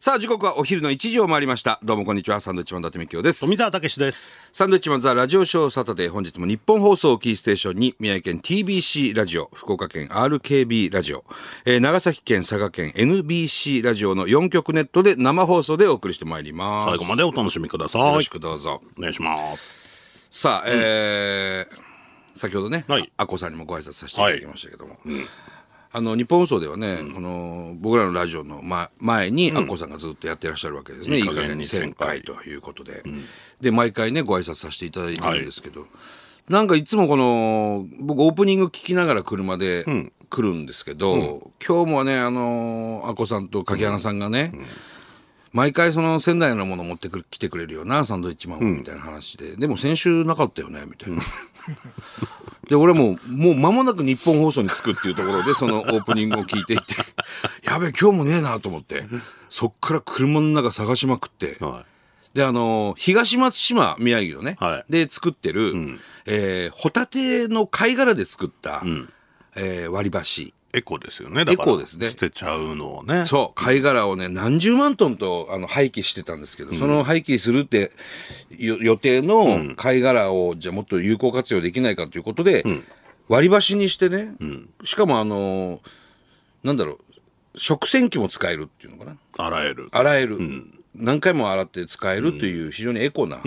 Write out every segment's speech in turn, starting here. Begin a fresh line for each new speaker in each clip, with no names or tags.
さあ、時刻はお昼の1時を回りました。どうもこんにちは。サンドウィッチマン伊達美京です。
富澤たけしです。
サンドウィッチマンザラジオショーサタデー。本日も日本放送をキーステーションに、宮城県 TBC ラジオ、福岡県 RKB ラジオ、えー長崎県佐賀県 NBC ラジオの4局ネットで生放送でお送りしてまいります。
最後までお楽しみくださ
よろ
い
し。くどうぞ。
お願いします。
さあ、えー先ほどね、
はい
あこさんにもご挨拶させていただきましたけども、あの日本放送ではね、この僕らのラジオの、ま、前にあこさんがずっとやってらっしゃるわけですね、
い
い
い
い
加
加
減
減
に
に1000
1000
回ということで、で毎回ねご挨拶させていただいて
は
る
い
んですけど、なんかいつもこの僕オープニング聞きながら車で来るんですけど、今日もねあのあこさんと鍵穴さんがね、毎回その仙台のもの持ってくる来てくれるよなサンドイッチマンはみたいな話で、でも先週なかったよねみたいな。 で俺もうもう間もなく日本放送に着くっていうところでそのオープニングを聞いてい てやべえ今日もねえなと思ってそっから車の中探しまくって、
は
であの東松島宮城のね、
はい
で作ってる、えーホタテの貝殻で作った、えー割り箸
い。エコですよね。だから
エコですね
捨てちゃうのをね。
そう、貝殻をね、何十万トンとあの廃棄してたんですけど、その廃棄するってよ予定の貝殻を、じゃあもっと有効活用できないかということで、割り箸にしてね、しかもあのーなんだろう、食洗機も使えるっていうのかな。
洗える。
洗える、何回も洗って使えるという非常にエコな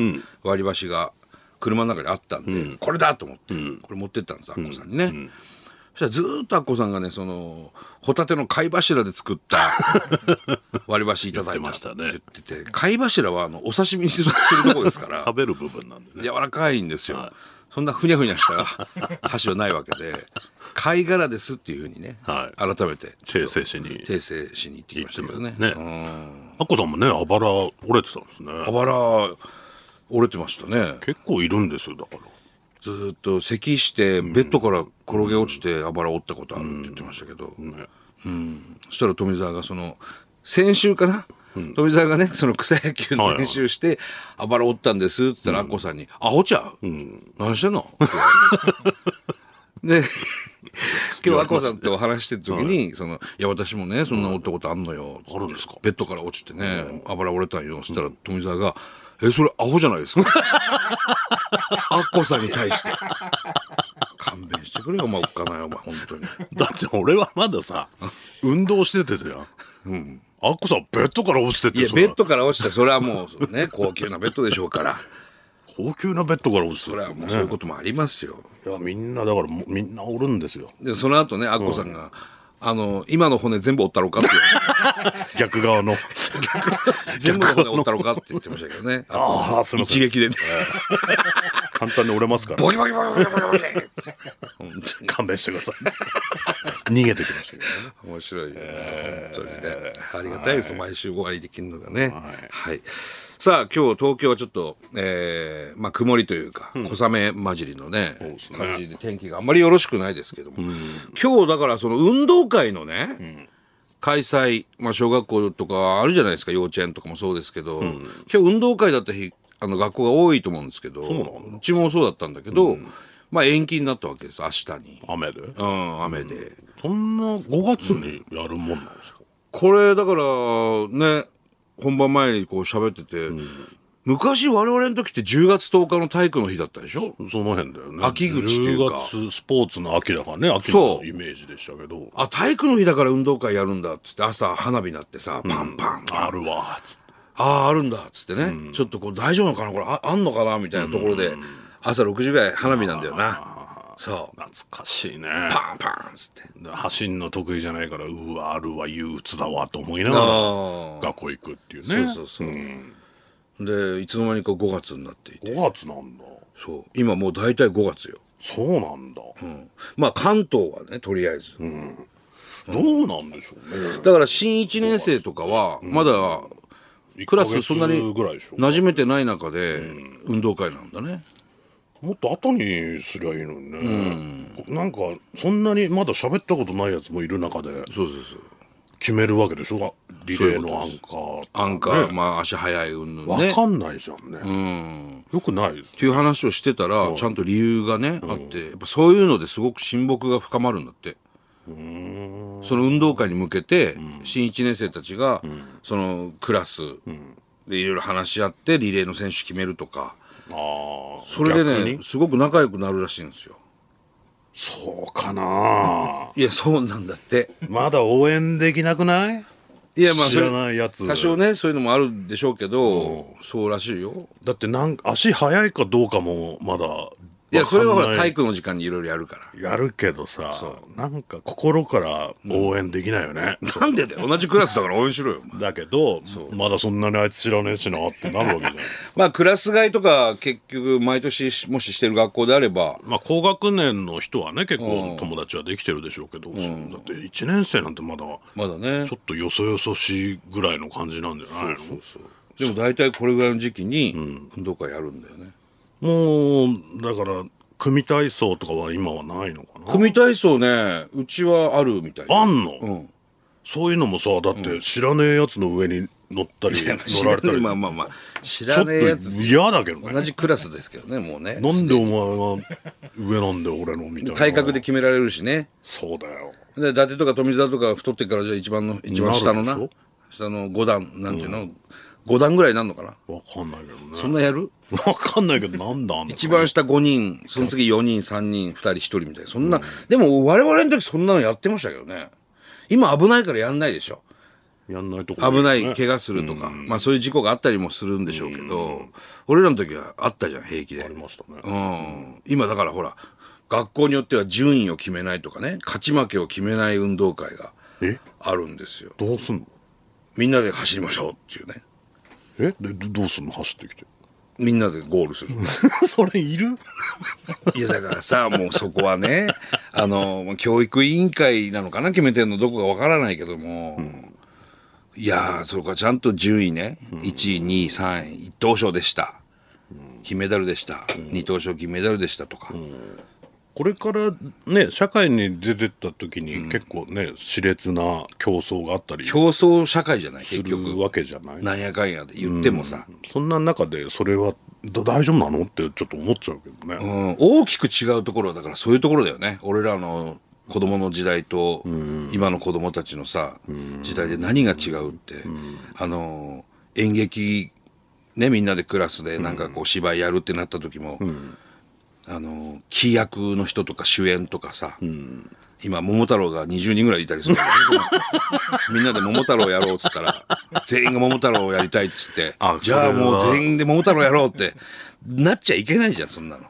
割り箸が車の中にあったんで、これだと思って、これ持ってったんですアッコさんにね、そしたらずーっとアッコさんがねそのホタテの貝柱で作った 割り箸いただいた
言ってましたね
って言ってて貝柱はあのお刺身にするするとこですから
食べる部分なんでね。
柔らかいんですよ、そんなふにゃふにゃした 箸はないわけで貝殻ですっていうふうにね、
は
改めて
訂正しに。
訂正しに行ってきましたけどね
ね。あっこさんもね、あばら折れてたんです
あ
ね。
ばら折れてましたね
結構いるんですよ、だから。
ずーっと咳してベッドから転げ落ちてあばら折ったことあるって言ってましたけど、
ね
そしたら富澤がその先週かな、富澤がねその草野球の練習してあばら折ったんですって言ったら、あっこさんに「アホちゃう、何してんの?って言われて」で今日あっこさんとお話してる時に「そのいや私もねそんな折ったことあんのよ」
あるんですか
ベッドから落ちてねあばら折れたんよそしたら富澤が「えそれアホじゃないですか」アッコさんに対して勘弁してくれよお前おっかないよお前本当に
だって俺はまださ、運動しててじゃん。あっこさん、ベッドから落ちてて
いや
それ
ベッドから落ちたそれはもう ね高級なベッドでしょうから
高級なベッドから落ち
そ
てて
れはもうそういうこともありますよ
いや、みんな、だからもう、みんなおるんですよ。
でその後ねアッコさんが、あの今の骨全部折ったろかって
逆側 の。
全部の骨折ったろかって言ってましたけどね
ああ、すみませ
一
ん。
撃でね
簡単に折れますから。
ボキボキボキボキボキボキ本 当に
勘弁してください。 逃げてきましたけどね。
面白いよね、本当にねありがたいです、毎週お会いできるのがねはい、さあ今日東京はちょっと、えーまあ、曇りというか、小雨混じりのね
すね
感じで天気があんまりよろしくないですけども、今日だからその運動会のね、開催、まあ、小学校とかあるじゃないですか幼稚園とかもそうですけど、今日運動会だった日あの学校が多いと思うんですけどうちもそうだったんだけど、まあ、延期になったわけです明日に、
雨で。
うん、雨で。
そんな5月にやるもんなんですか、
これだからね本番前にこう喋ってて、昔我々の時って10月10日の体育の日だったでしょ
その辺だよね。
秋口っていうか
10月、スポーツの秋だからね、秋
そ
の
う
イメージでしたけど。
あ体育の日だから運動会やるんだっつって朝花火になってさパンパン、あ
あるわ、つって。
あーあるんだっつってね、ちょっとこう大丈夫なのかなこれああんのかなみたいなところで、朝6時ぐらい花火なんだよなそう
懐かしいね。
パンパンっつって
走んの得意じゃないから、うわ、あるわ、憂鬱だわ、と思いな
あ
が
あ
ら学校行くっていう
そう
ね。
そうそう、でいつの間にか5月になっていて
5月なんだ。
そう今もう大体5月よ
そうなんだ。
まあ関東はねとりあえず、
どうなんでしょうね。
だから新1年生とかはまだクラスそんな
1ヶ月
に
ぐらいでしょ
馴染めてない中で運動会なんだね。
もっと後にすりゃいいのにね、なんかそんなにまだ喋ったことないやつもいる中で
そうそうそう。
決めるわけでしょリレーのアンカーとか
アンカー、まあ足早い運動ね。
分
っ
かんないじゃんね、よくないです
ていう話をしてたらちゃんと理由がねあってやっぱそういうのですごく親睦が深まるんだって。
へ
その運動会に向けて、新1年生たちが、そのクラスでいろいろ話し合ってリレーの選手決めるとか
ああ
それで
逆
ね
に
すごく仲良くなるらしいんですよ
そうかない
やそうなんだって
まだ応援できなくない
いやまあ
知らないやつ
それ多少ねそういうのもあるんでしょうけどそうらしいよ
だってなん足速いかどうかもまだ
いやそれはほら
わかんな
体
い
育の時間にいろいろやるから
やるけどさなんか心から応援できないよね、
なんでだよ同じクラスだから応援しろよお前
だけどまだそんなにあいつ知らねえしなってなるわけじゃないですか
まあクラス替えとか結局毎年しもししてる学校であれば
まあ高学年の人はね結構友達はできてるでしょうけど、だって1年生なんてまだち
まだね
ょっとよそよそしいぐらいの感じなんじゃないの
でも大体これぐらいの時期に運動会やるんだよね、
もうだから組体操とかは今はないのかな
組体操ねうちはあるみたい
あんの、
ん
そういうのもさだって知らねえやつの上に乗ったり
知
乗
ら
られたり
まあまあまあ知
ちょ
ら
っ
ねえやつ
と嫌だけど
同
ね
じクラスですけどねもうね
なんでお前が上なんだよ俺のみたいな
体格で決められるしね
そうだよ
で伊達とか富澤とか太ってっからじゃあ一番の一番下のな
なるでし
下の5段なんていうの、5段ぐらいなんのかな
わかんないけどね
そんなやる
わかんないけどなんだあんの
一番下5人その次4人3人2人1人みたいなそんな、でも我々の時そんなのやってましたけどね今危ないからやんないでしょ
やんないとこ
危ない
ね
怪我するとか、まあそういう事故があったりもするんでしょうけど、俺らの時はあったじゃん平気
あ
で
り、ましたね、
うん、今だからほら学校によっては順位を決めないとかね勝ち負けを決めない運動会が
え
あるんですよ
どうすんの
みんなで走りましょうっていうね
えでどどうすんの走ってき て
みんなでゴールする
それいる
いやだからさもうそこはね あの教育委員会なのかな決めてんのどこかわからないけども、いやーそこはちゃんと順位ね、1位2位3位1等賞でした金メダルでした、2等賞金メダルでしたとか、
これからね社会に出てった時に、結構ね熾烈な競争があったりす
競争社会じゃない結局
るわけじゃない
なんやかんやで言ってもさ、
そんな中でそれはだ大丈夫なのってちょっと思っちゃうけどね、
うん大きく違うところはだからそういうところだよね俺らの子供の時代と今の子供たちのさ時代で何が違うってあの演劇ねみんなでクラスでなんかこう芝居やるってなった時もあの木役の人とか主演とかさ今桃太郎が20人ぐらいいたりするからねみんなで桃太郎やろうっつったら全員が桃太郎をやりたいっつって
あ
じゃあ
それは
もう全員で桃太郎やろうってなっちゃいけないじゃんそんなの。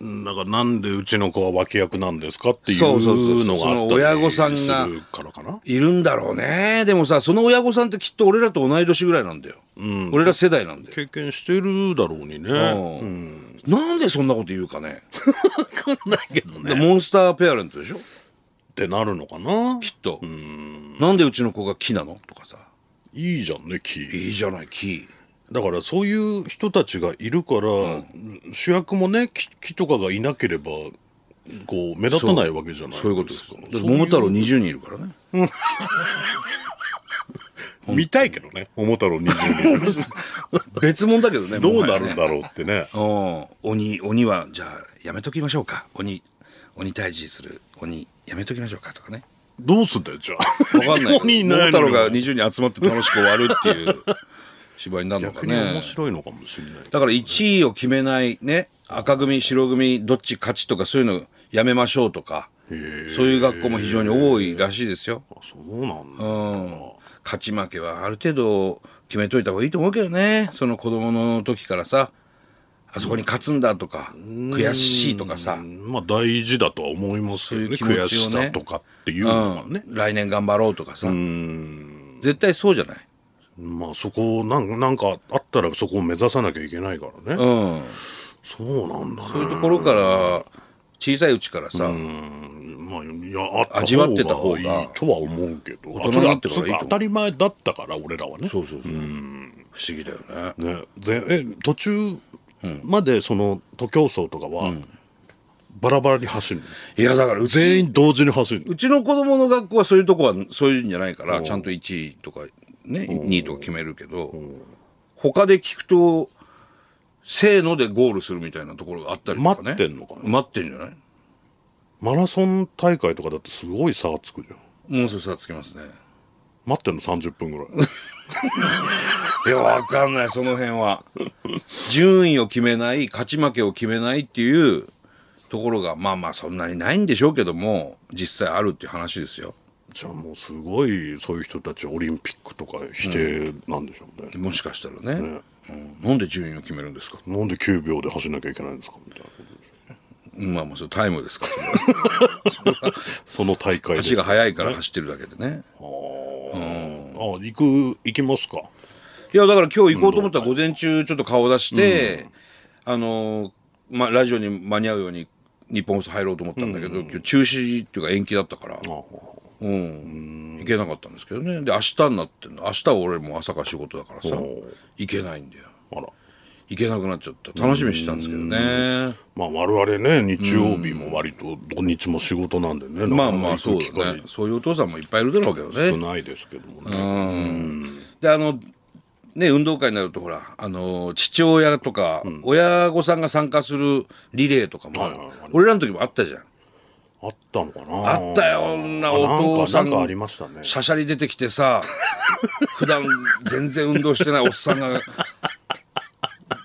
だからなんでうちの子は脇役なんですかってい
そうそうそうそう
うのがあっ
その
た
親御
りす
さんが
るからかない
るんだろうねでもさその親御さんってきっと俺らと同い年ぐらいなんだよ、俺ら世代なんだよ、
経験してるだろうにね
うんなんでそんなこと言うかね
分かんないけど
でモンスターペアレントでしょ
ってなるのかな
きっと、なんでうちの子が木なのとかさ
いいじゃんね木
いいじゃない木
だからそういう人たちがいるから、主役もね木木とかがいなければこう目立たないわけじゃない
そういうことです
か
だって桃太郎20人いるからね
見たいけどね桃太郎20人
別物だけどね
ど
も
う
は
な
や
るん
ね
だろうってね
うん鬼鬼はじゃあやめときましょうか鬼鬼退治する鬼やめときましょうかとかね
どうすんだよじゃあ
わかんない
ここに
け
い
ど桃
ない
太郎
のに
が20人集まって楽しく終わるっていう芝居になるのか
逆に面
ね
白いのかもしれない
だから1位を決めないね赤組白組どっち勝ちとかそういうのやめましょうとかそういう学校も非常に多いらしいですよ、
あそうなんだ、
うん、勝ち負けはある程度決めといた方がいいと思うけどねその子供の時からさあそこに勝つんだとか悔しいとかさ、
まあ大事だとは思いますよね
そういう気持ちをね
悔しさとかっていう
う
のは
ん
ね、、
来年頑張ろうとかさ絶対そうじゃない
まあそこをなんなんかあったらそこを目指さなきゃいけないからね、
うん
そうなんだね
そういうところから小さいうちからさ、
まあいやあった
味わってた方が
いいとは思うけど
大人になってからいいと思う
それは当たり前だったから俺らはね
そうそうそう不思議だよね
ねぜえ途中までその徒競走とかは、バラバラに走るの
いやだからうち
全員同時に走るの
うちの子供の学校はそういうとこはそういうんじゃないからちゃんと1位とかね2位とか決めるけど他で聞くとせーのでゴールするみたいなところがあったりとかね
待ってんのかな
待ってんじゃない
マラソン大会とかだってすごい差がつくじゃん
もうすぐ差つきますね
待ってんの30分 ぐらい
いやわかんないその辺は順位を決めない勝ち負けを決めないっていうところがまあまあそんなにないんでしょうけども実際あるっていう話ですよ
じゃあもうすごいそういう人たちオリンピックとか否定なんでしょうね、
もしかしたらねうん、なんで順位を決めるんですか
なんで9秒で走んなきゃいけないんですかみたいなことでしょ
まあまあそれタイムですから
その大会で
足が速いから走ってるだけでね
あ行く行きますか
いやだから今日行こうと思ったら午前中ちょっと顔出して、あのまあラジオに間に合うように日本放送入ろうと思ったんだけど、今日中止っていうか延期だったから、
あ
うん行けなかったんですけどねで明日になってんの明日は俺もう朝から仕事だからさ行けないんだよ
あら
行けなくなっちゃった楽しみにしてたんですけどね
まあ我々ね日曜日も割と土日も仕事なんでね、
まあまあ
なか
そ
な
う
か行く機
だ
会
ねそういうお父さんもいっぱいいるだろうけどね
少ないですけどもね、
であのね運動会になるとほらあの父親とか、親御さんが参加するリレーとかも、
いはいはい
俺らの時もあったじゃん
あったのかな
あったよ女
なんか
お父さん
なんかありましたね
しゃしゃり出てきてさ 普段全然運動してないおっさんが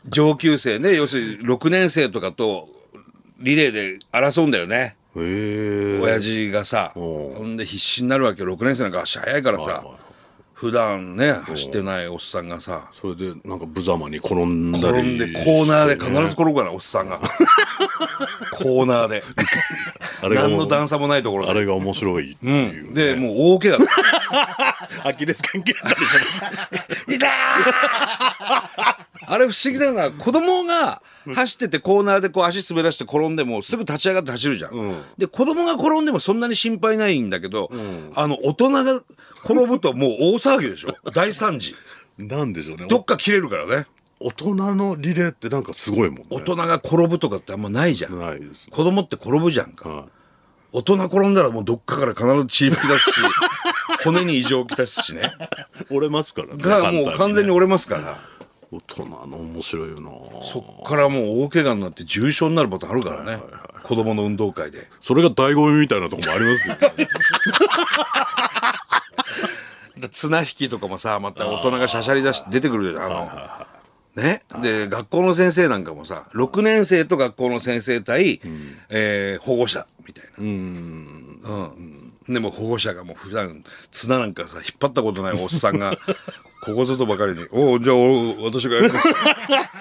上級生ね要するに6年生とかとリレーで争うんだよね
へえ
親父がさほんで必死になるわけよ6年生なんか足早いからさ、
はい
普段ね走ってないおっさんがさ
それでなんか無様に転んだ
転
り
んでコーナーで必ず転ぶからおっさん がコーナーで
あれが
何
も
の
う
段差もないところ
あ
で
れが面白いっていう、ね
でもう大怪我だ
アキレス腱切られたりします
痛ーあれ不思議だな子供が走っててコーナーでこう足滑らして転んでもすぐ立ち上がって走るじゃん、で子供が転んでもそんなに心配ないんだけど、あの大人が転ぶともう大騒ぎでしょ 大惨事
なんでしょうね
どっか切れるからね
お大人のリレーってなんかすごいもん
大
ね
人が転ぶとかってあんまないじゃん、
ないです
子供って転ぶじゃんか、
は
大人転んだらもうどっかから必ず血吹き出すし骨に異常きたすしね
い折れますからね
がもう完全
に
に折れますから
大人の面白いよな
そっからもう大怪我になって重傷になるパターンあるからね、子供の運動会で
それが醍醐味みたいなとこもありますよ、ね、
で綱引きとかもさまた大人がしゃしゃり出して出てくるじゃんあのねで学校の先生なんかもさ6年生と学校の先生対、えー保護者みたいなうんでも保護者がもう普段綱なんかさ引っ張ったことないおっさん がここぞとばかりに「おうじゃあお私がやります」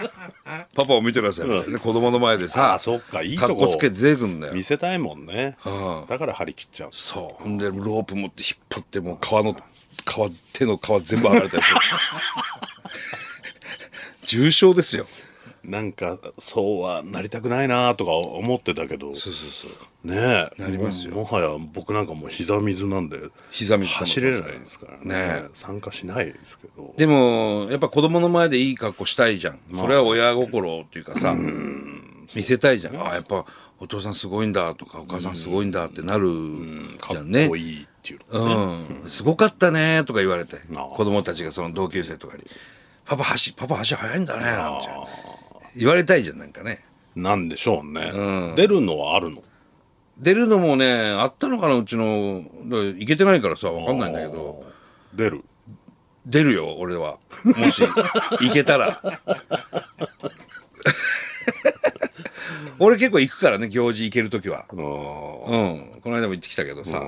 「パパを見てください」みたいなね子供の前でさ
あそっかいいと
格
こ
好つけて出てくんだよ
見せたいもんね、だから張り切っちゃう
そうほんでロープ持って引っ張ってもう皮の皮手の皮全部剥がれたりする 重傷ですよ
なんかそうはなりたくないなとか思ってたけど
そうそうそう
ねえなりますよもはや僕なんかもう膝水なんで
膝水溜まってます
走れないですからね
ね
参加しないですけど
でもやっぱ子供の前でいい格好したいじゃん、それは親心っていうかさ見せたいじゃん、あやっぱお父さんすごいんだとかお母さんすごいんだってなる
か
じゃ
っ
んね
こいいっていうの
うん、すごかったねとか言われて
あ
子供たちがその同級生とかに「パパ走パパ走速いんだね」なんて言われたいじゃんなんかね
なんでしょうね、出るのはあるの
出るのもねあったのかなうちのだから行けてないからさ分かんないんだけど
出る
出るよ俺はもし行けたら俺結構行くからね行事行ける時は
あー
うんこの間も行ってきたけどさ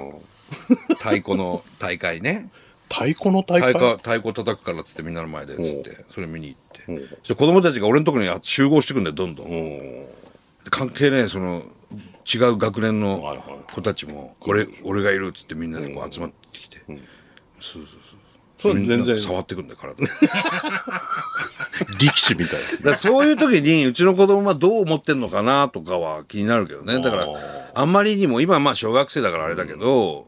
太鼓の大会ね
太鼓の
太
大会
鼓太鼓叩くからっつってみんなの前でっつってそれ見に行って
お
そして子供たちが俺のとこに集合してくんだよどんどん
うん
関係ねえその違う学年
はい
の
はい
子たちも「俺俺がいる」っつってみんなでこう集まってきて、
それ
みんな
全然
触ってくんだよ体 だか
力士みたいですね
らそういう時にうちの子供はどう思ってんのかなとかは気になるけどねだからあんまりにも今まあ小学生だからあれだけど、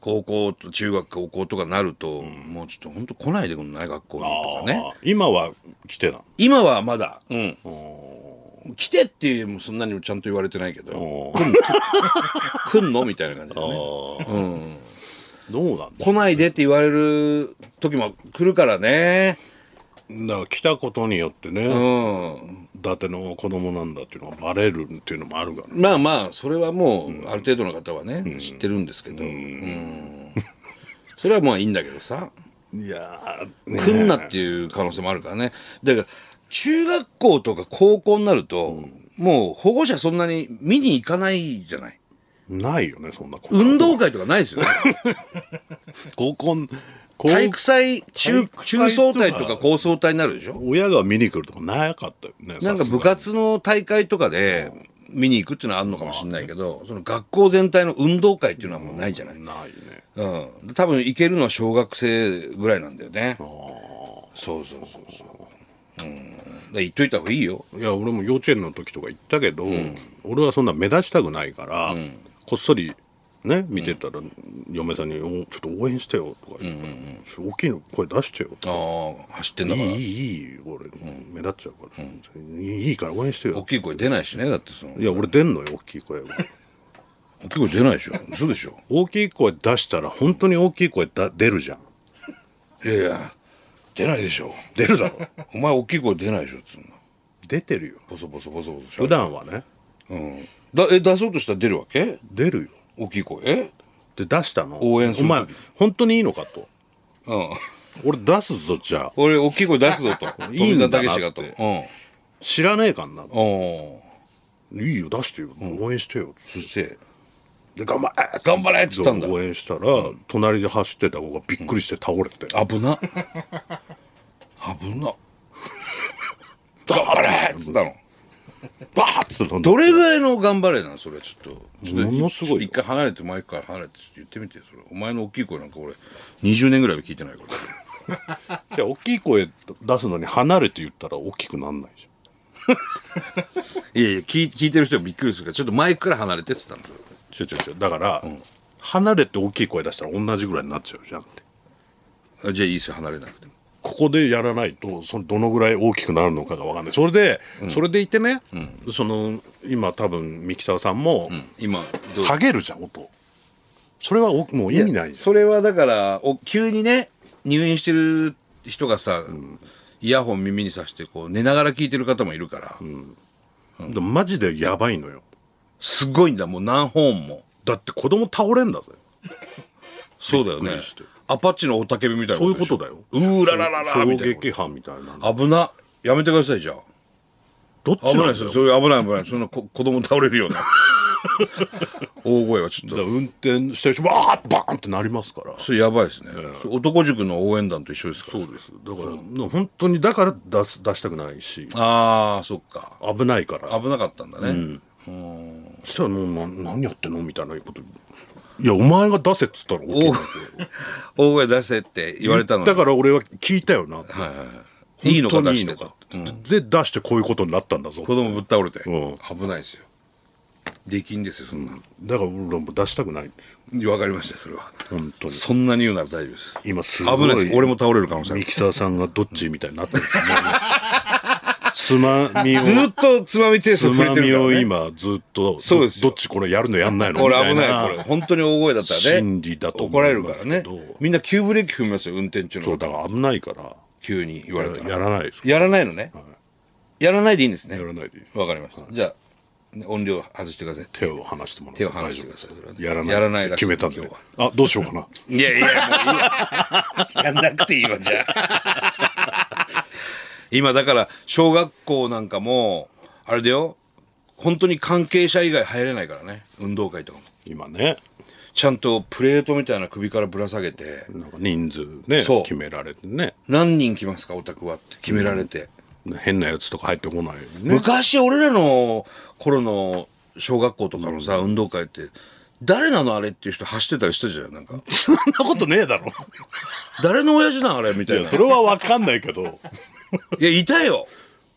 高校と中学高校とかなると、もうちょっと本当来ないでくんない学校にとかね
あー今は来てない
今はまだ、うん、来てっていうもそんなにもちゃんと言われてないけど
ど
来んのみたいな感じで、ね、
うなんだ
来ないでって言われる時も来るからね
だから来たことによってね、
うん
達の子供なんだっていうのがバレるっていうのもあるから
まあまあそれはもうある程度の方はね、知ってるんですけど、うん それはまあいいんだけどさ
いやーね
来んなっていう可能性もあるからねだから中学校とか高校になると、もう保護者そんなに見に行かないじゃない
ないよねそんなこと
運動会とかないですよね
高校高
体育祭
体
中
育祭とか
中層体とか高層体になるでしょ
親が見に来るとかなかったよね
なんか部
さ
活の大会とかで見に行くっていうのはあるのかもしれないけど、その学校全体の運動会っていうのはもうないじゃない
すがにないね
うん、多分行けるのは小学生ぐらいなんだよねそうそうそうそう、うん、だから行っといた方がいいよ
いや俺も幼稚園の時とか行ったけど、俺はそんな目立ちたくないから、こっそりね見てたら、嫁さんにお「ちょっと応援してよ」とか言って、ちょっと大きいの声出してよ」
ああ走ってん
い
だから
いいいい俺、目立っちゃうから、いいいいから応援して
大
よ
きい声出ないしねだってその
いや俺出んのよ大きい声は
大きい声出ないでしょそうでしょ
大きい声出したら本当に大きい声だ出るじゃん
いやいや出ないでしょ
出るだろ
お前大きい声出ないでしょっつうの
出てるよ
ボソボソボソボソしゃべ
普段はね
うん、だえ出そうとしたら出るわけ
出るよ
大きい声え
で出したの
応援する
お前本当にいいのかと
うん
俺出すぞじゃあ
俺大きい声出すぞと
いいんだな
富澤
って
たけしがとうん
知らねえかんな
お
いいよ出してよ応援してよ、
そして
で頑張れ
頑張れっつったんだ
応援したら、隣で走ってた子がびっくりして倒れて、
危な危な頑張れっつったの
バーッて飛んで
どれぐらいの頑張れなんそれちょっとちょっと
ものす
ち
ごいよ
ょっと一回離れてマイクから離れてちょっと言ってみてそれお前の大きい声なんか俺20年ぐらいは聞いてないから
じゃあ大きい声出すのに離れて言ったら大きくなんないじ
いやいや聞い聞いてる人がびっくりするからちょっとマイクから離れてっつったの
ゃん違う違う違うだから、離れて大きい声出したら同じぐらいになっちゃうじゃんって
あじゃあいいですよ離れなくても
ここでやらないとそのどのぐらい大きくなるのかが分かんないそれで、それでいてね、その今多分三木沢さんも、
今どう
下げるじゃん音それはおもう意味ないじゃん
それはだからお急にね入院してる人がさ、イヤホン耳にさしてこう寝ながら聞いてる方もいるから、
でもマジでやばいのよ
すごいんだもう何本も
だって子供倒れんだぜ
そうだよ
びっく
ね
りして
アパッチの雄たけびみたいな
そういうこ
でしょ
とだよ
うーらららら
衝
みたい
撃波みたいな
な危なやめてくださいじゃあ
どっち
危
な
なんいで
だ
すよそういう危ない危ないそんなこ子供倒れるような 大声はちょっ
だ
と
から運転してる人もあーバーンってなりますから
それやばいですね、それ男塾の応援団と一緒ですから
そうですだから、本当にだから出す出したくないし
ああそっか
危ないから
危なかったんだね、
そしたらもうな何やってんのみたいなこといやお前が出せっつったら OK
大声出せって言われたのに
だから俺は聞いたよなって、
いいのか
本当
出
にい
し
い
て
の
か
かで出してこういうことになったんだぞ
子供ぶっ倒れて、
うん
危ないですよできんですよそんなの
だから俺も出したくない
いやわかりましたそれは
本当に
そんなに言うなら大丈夫です
今すごい
危ないです俺も倒れる可能性あ
ミ
る
キサーさんがどっちみたいにな ってると思いますつまみを
ずーっとつまみテース
つ
ト触
ま
れて
み
る
を
から、ね、
今ずっとど
そうですよ
どっちこれやるのやんないの
こ
み
れ
たい
危
な
ないこれ本当に大声だったらね
心理だと思
怒られ
い
るか
ま
ら
すけ
ね
ど
みんな急ブレーキ踏みますよ運転中の
そうだから危ないから
急に言われたら
やらないです
やらないのね、やらないでいいんですね
やらないでいい
わかりました、じゃあね音量外してください
手を離してもらって
手を離してください
大丈夫
そ
です
れ
や
は
ら
ね
ない
やらない
って
らしい
決めたんで
今
あどうしようかない
やいや、もういいや。やんなくていいわ、 じゃあ。今、だから、小学校なんかも、あれだよ、本当に関係者以外入れないからね、運動会とかも。
今ね
ちゃんとプレートみたいな首からぶら下げて、
なんか人数ね
そう
決められてね
何人来ますか、オタクはって決められて。
変なやつとか入ってこないようにね
昔、俺らの頃の小学校とかのさ、運動会って、誰なのあれっていう人走ってたりしたじゃん、なんか。
そんなことね えだろ
誰の親父なんあれみ
い
たいな。
やそれは分かんないけど
いや、いたよ。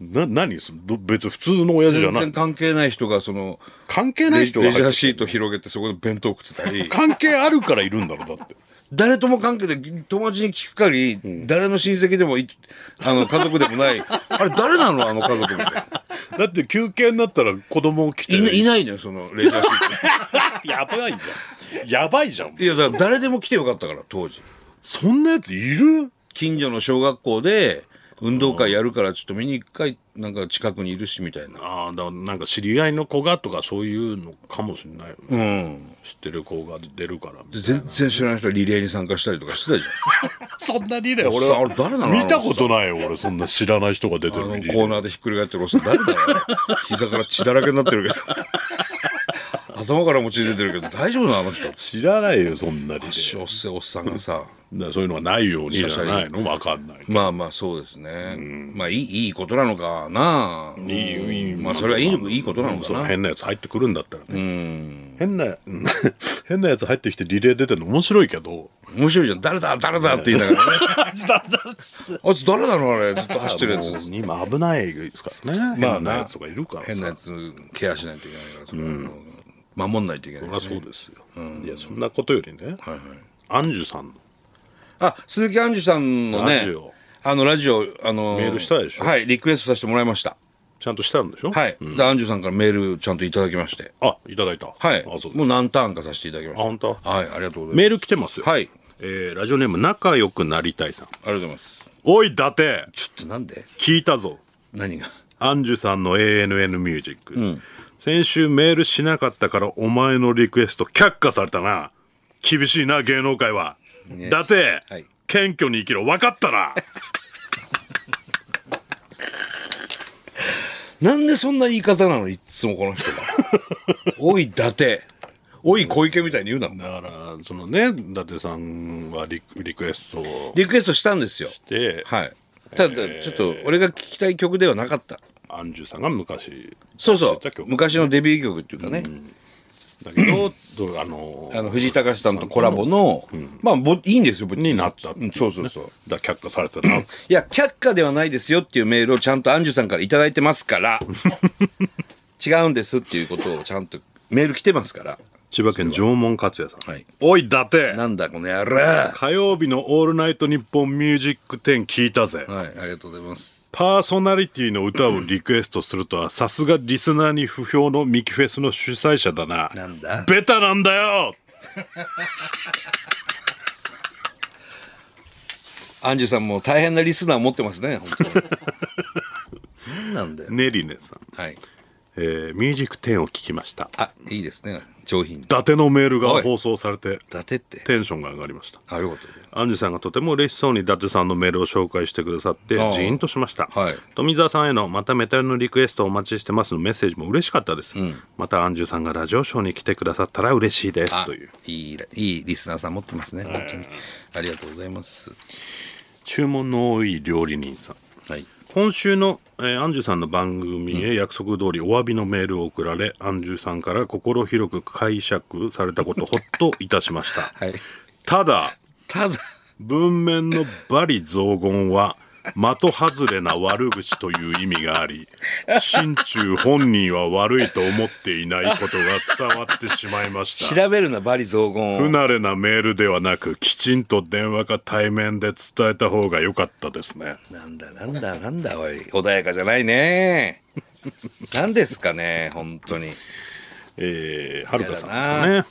な何そのど別に普通の親父じゃ
全
な
然
い
関係ない人が、その、
関係ない
レジ
人が
レジ
入
ャ
っ
ー
て
シート広げてそこで弁当食ってたり
関係あるからいるんだろだって
誰とも関係で友達に聞くかり、誰の親戚でもいあの家族でもないあれ誰なのあの家族みたいな
だって休憩になったら子供来て
いないないのよそのレジャーシー
やばいじゃんやばいじゃん
トいやだから誰でも来てよかったから当時
そんなやついる
近所の小学校で運動会やるからちょっと見に行くかいなんか近くにいるしみたいな
ああだからなんか知り合いの子がとかそういうのかもしれないよね、
うん
知ってる子が出るから
で全然知らない人がリレーに参加したりとかしてたじ
そんなリレー
俺はあれ誰なの
見たことないよ俺そんな知らない人が出て
ゃんあ
る
の
リレ
コ
ー
ーナーでひっくり返ってるおっさん誰だよあれ膝から血だらけになってるけど 頭からも血出てるけど大丈夫なのあの人
知らないよそんなリレー
小生おっさんがさ
だからそういうのがないようにじゃないのわかんない
まあまあそうですね、まあいいいいことなのかなあ
いい
まあそれはいいいいことなのか
そ
な
の変なやつ入ってくるんだったらね変な 変なやつ入ってきてリレー出てるの面白いけど
面白いじゃん誰だ誰だって言いながら ねあいつ誰なのあれずっと走ってるや
もう
つ
今危ないですからね
まあな
変なやつとかいるからさ
変なやつケアしないといけないからそれはあの守んないといけない
そりゃそうですよ、いやそんなことよりね、アンジュさんの
あ鈴木杏樹さんの
ラ
ね
ジオ
あのラジオあの
メールしたでしょ
はいリクエストさせてもらいました
ちゃんとしたんでしょ
はい、で杏樹さんからメールちゃんといただきまして
あいただいた
はい
あそうです
もう何ターンかさせていただきました
あ本当
はいありがとうございます
メール来てますよ
はい
えーラジオネーム仲良くなりたいさん
ありがとうございます
おい伊達
ちょっとなんで
聞いたぞ
何が
アンジュさんの ANN ミュージック、先週メールしなかったからお前のリクエスト却下されたな厳しいな芸能界は、伊達、
はい
謙虚に生きろ分かっ たな
なんでそんな言い方なのいっつもこの 人が。おい、伊達。おい、小池みたいに言うな。
だからそのね伊達さんはリクリクエストを
リクエストしたんですよ。
して、
はい。ただ、ちょっと、俺が聞きたい曲ではなかった。
アンジュさんが昔
そうそ
出してた
う。
曲
昔のデビュー曲っていうかね、
だけどどうあの
あの、藤井隆さんとコラボの、まあ、ぼいいんですよ、
になった
うんそうそうそう。
だから却下されたない
や、却下ではないですよっていうメールをちゃんとアンジュさんからいただいてますから、 違うんですっていうことをちゃんとメール来てますから。
千葉県縄文克也さん、
はい
おい伊達
なんだ、この野郎。は
火曜日の「オールナイトニッポンミュージック10」聞いたぜ、
い、ありがとうございます。
パーソナリティの歌をリクエストするとはさすがリスナーに不評のミキフェスの主催者だな
なんだ
ベタなんだよ
アンジュさんも大変なリスナーを持ってますね、本当に。 なんだよ。
ネリネさん、
はい。
えーミュージック10を聞きました
あ、いいですね。上品。
伊
伊
達のメールが放送されて
達って。
テンションが上がりました
あ、よかったです。
アンジュさんがとても嬉しそうに伊達さんのメールを紹介してくださってジ
ああ
ーンとしました、
はい
富澤さんへの「またメタルのリクエストお待ちしてます」のメッセージも嬉しかったです、またアンジュさんがラジオショーに来てくださったら嬉しいです
あ
という、
いいら、いいリスナーさん持ってますね。本当に。ありがとうございます。
注文の多い料理人さん
はい。
今週の、えーアンジュさんの番組へ約束通りお詫びのメールを送られ、アンジュさんから心広く解釈されたことほっといたしました、
はい。
ただ
ただ、
文面の罵詈雑言は的外れな悪口という意味があり心中本人は悪いと思っていないことが伝わってしまいました
調べるな、バリ雑
不
言を。
慣れなメールではなくきちんと電話か対面で伝えた方が良かったですね
なんだ、なんだ、なんだ、おい。穏やかじゃないね。なんですかね、本当に。
えー、はるかさんです
や
か
だ
ね。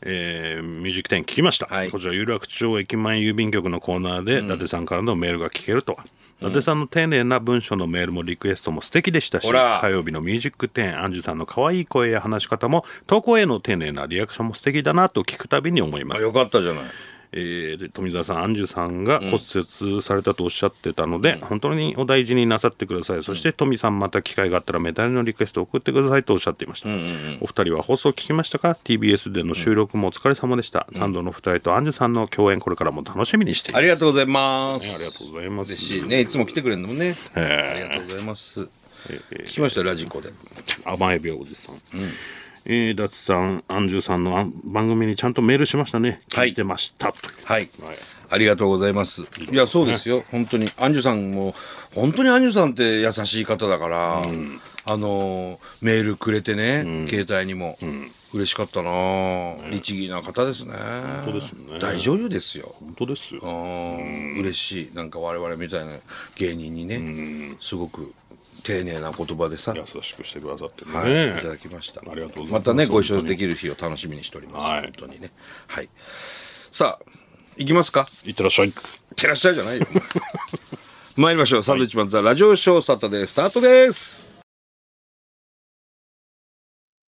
えーミュージック10聞きました、
はい
こちら有楽町駅前郵便局のコーナーで、伊達さんからのメールが聞けるとは、伊達さんの丁寧な文章のメールもリクエストも素敵でしたし
ほら
火曜日のミュージック10アンジュさんの可愛い声や話し方も投稿への丁寧なリアクションも素敵だなと聞くたびに思いま
あ
す
よかったじゃない。
えーで富澤さん、アンジュさんが骨折されたとおっしゃってたので、本当にお大事になさってください、そして富さん、また機会があったらメダルのリクエストを送ってくださいとおっしゃっていました、お二人は放送聞きましたか TBS での収録もお疲れ様でした、サンドの二人とアンジュさんの共演これからも楽しみにしてい
あ
ます
りがとうございます。
ありがとうございます
嬉しいね。いつも来てくれるのもね。ありがとうございます。聞きましたよ、ラジコで。
甘えびおじさん、えー、ダツさん、アンジュさんのあん番組にちゃんとメールしましたね
は
聞
い
いてましたと、
はい
はい。
ありがとうございます。いや、そうですよ。本当に。アンジュさんも、本当にアンジュさんって優しい方だから、あのー、メールくれてね、携帯にも。嬉しかったなぁ律儀な方ですね。
当ですね
大女優ですよ。
本当ですよ
あー嬉しい。なんか我々みたいな芸人にね、すごく丁寧な言葉でさ、
優しくしてくださってね、
はい、いただきました。
ありがとうございます
またね、ご一緒できる日を楽しみにしております。
はい
本当にね。はい。さあ、行きますか。
いってらっしゃ い
いってらっしゃいじゃないよ。お前参りましょう。サンドウィッチマンザラジオショーサタデースタートです。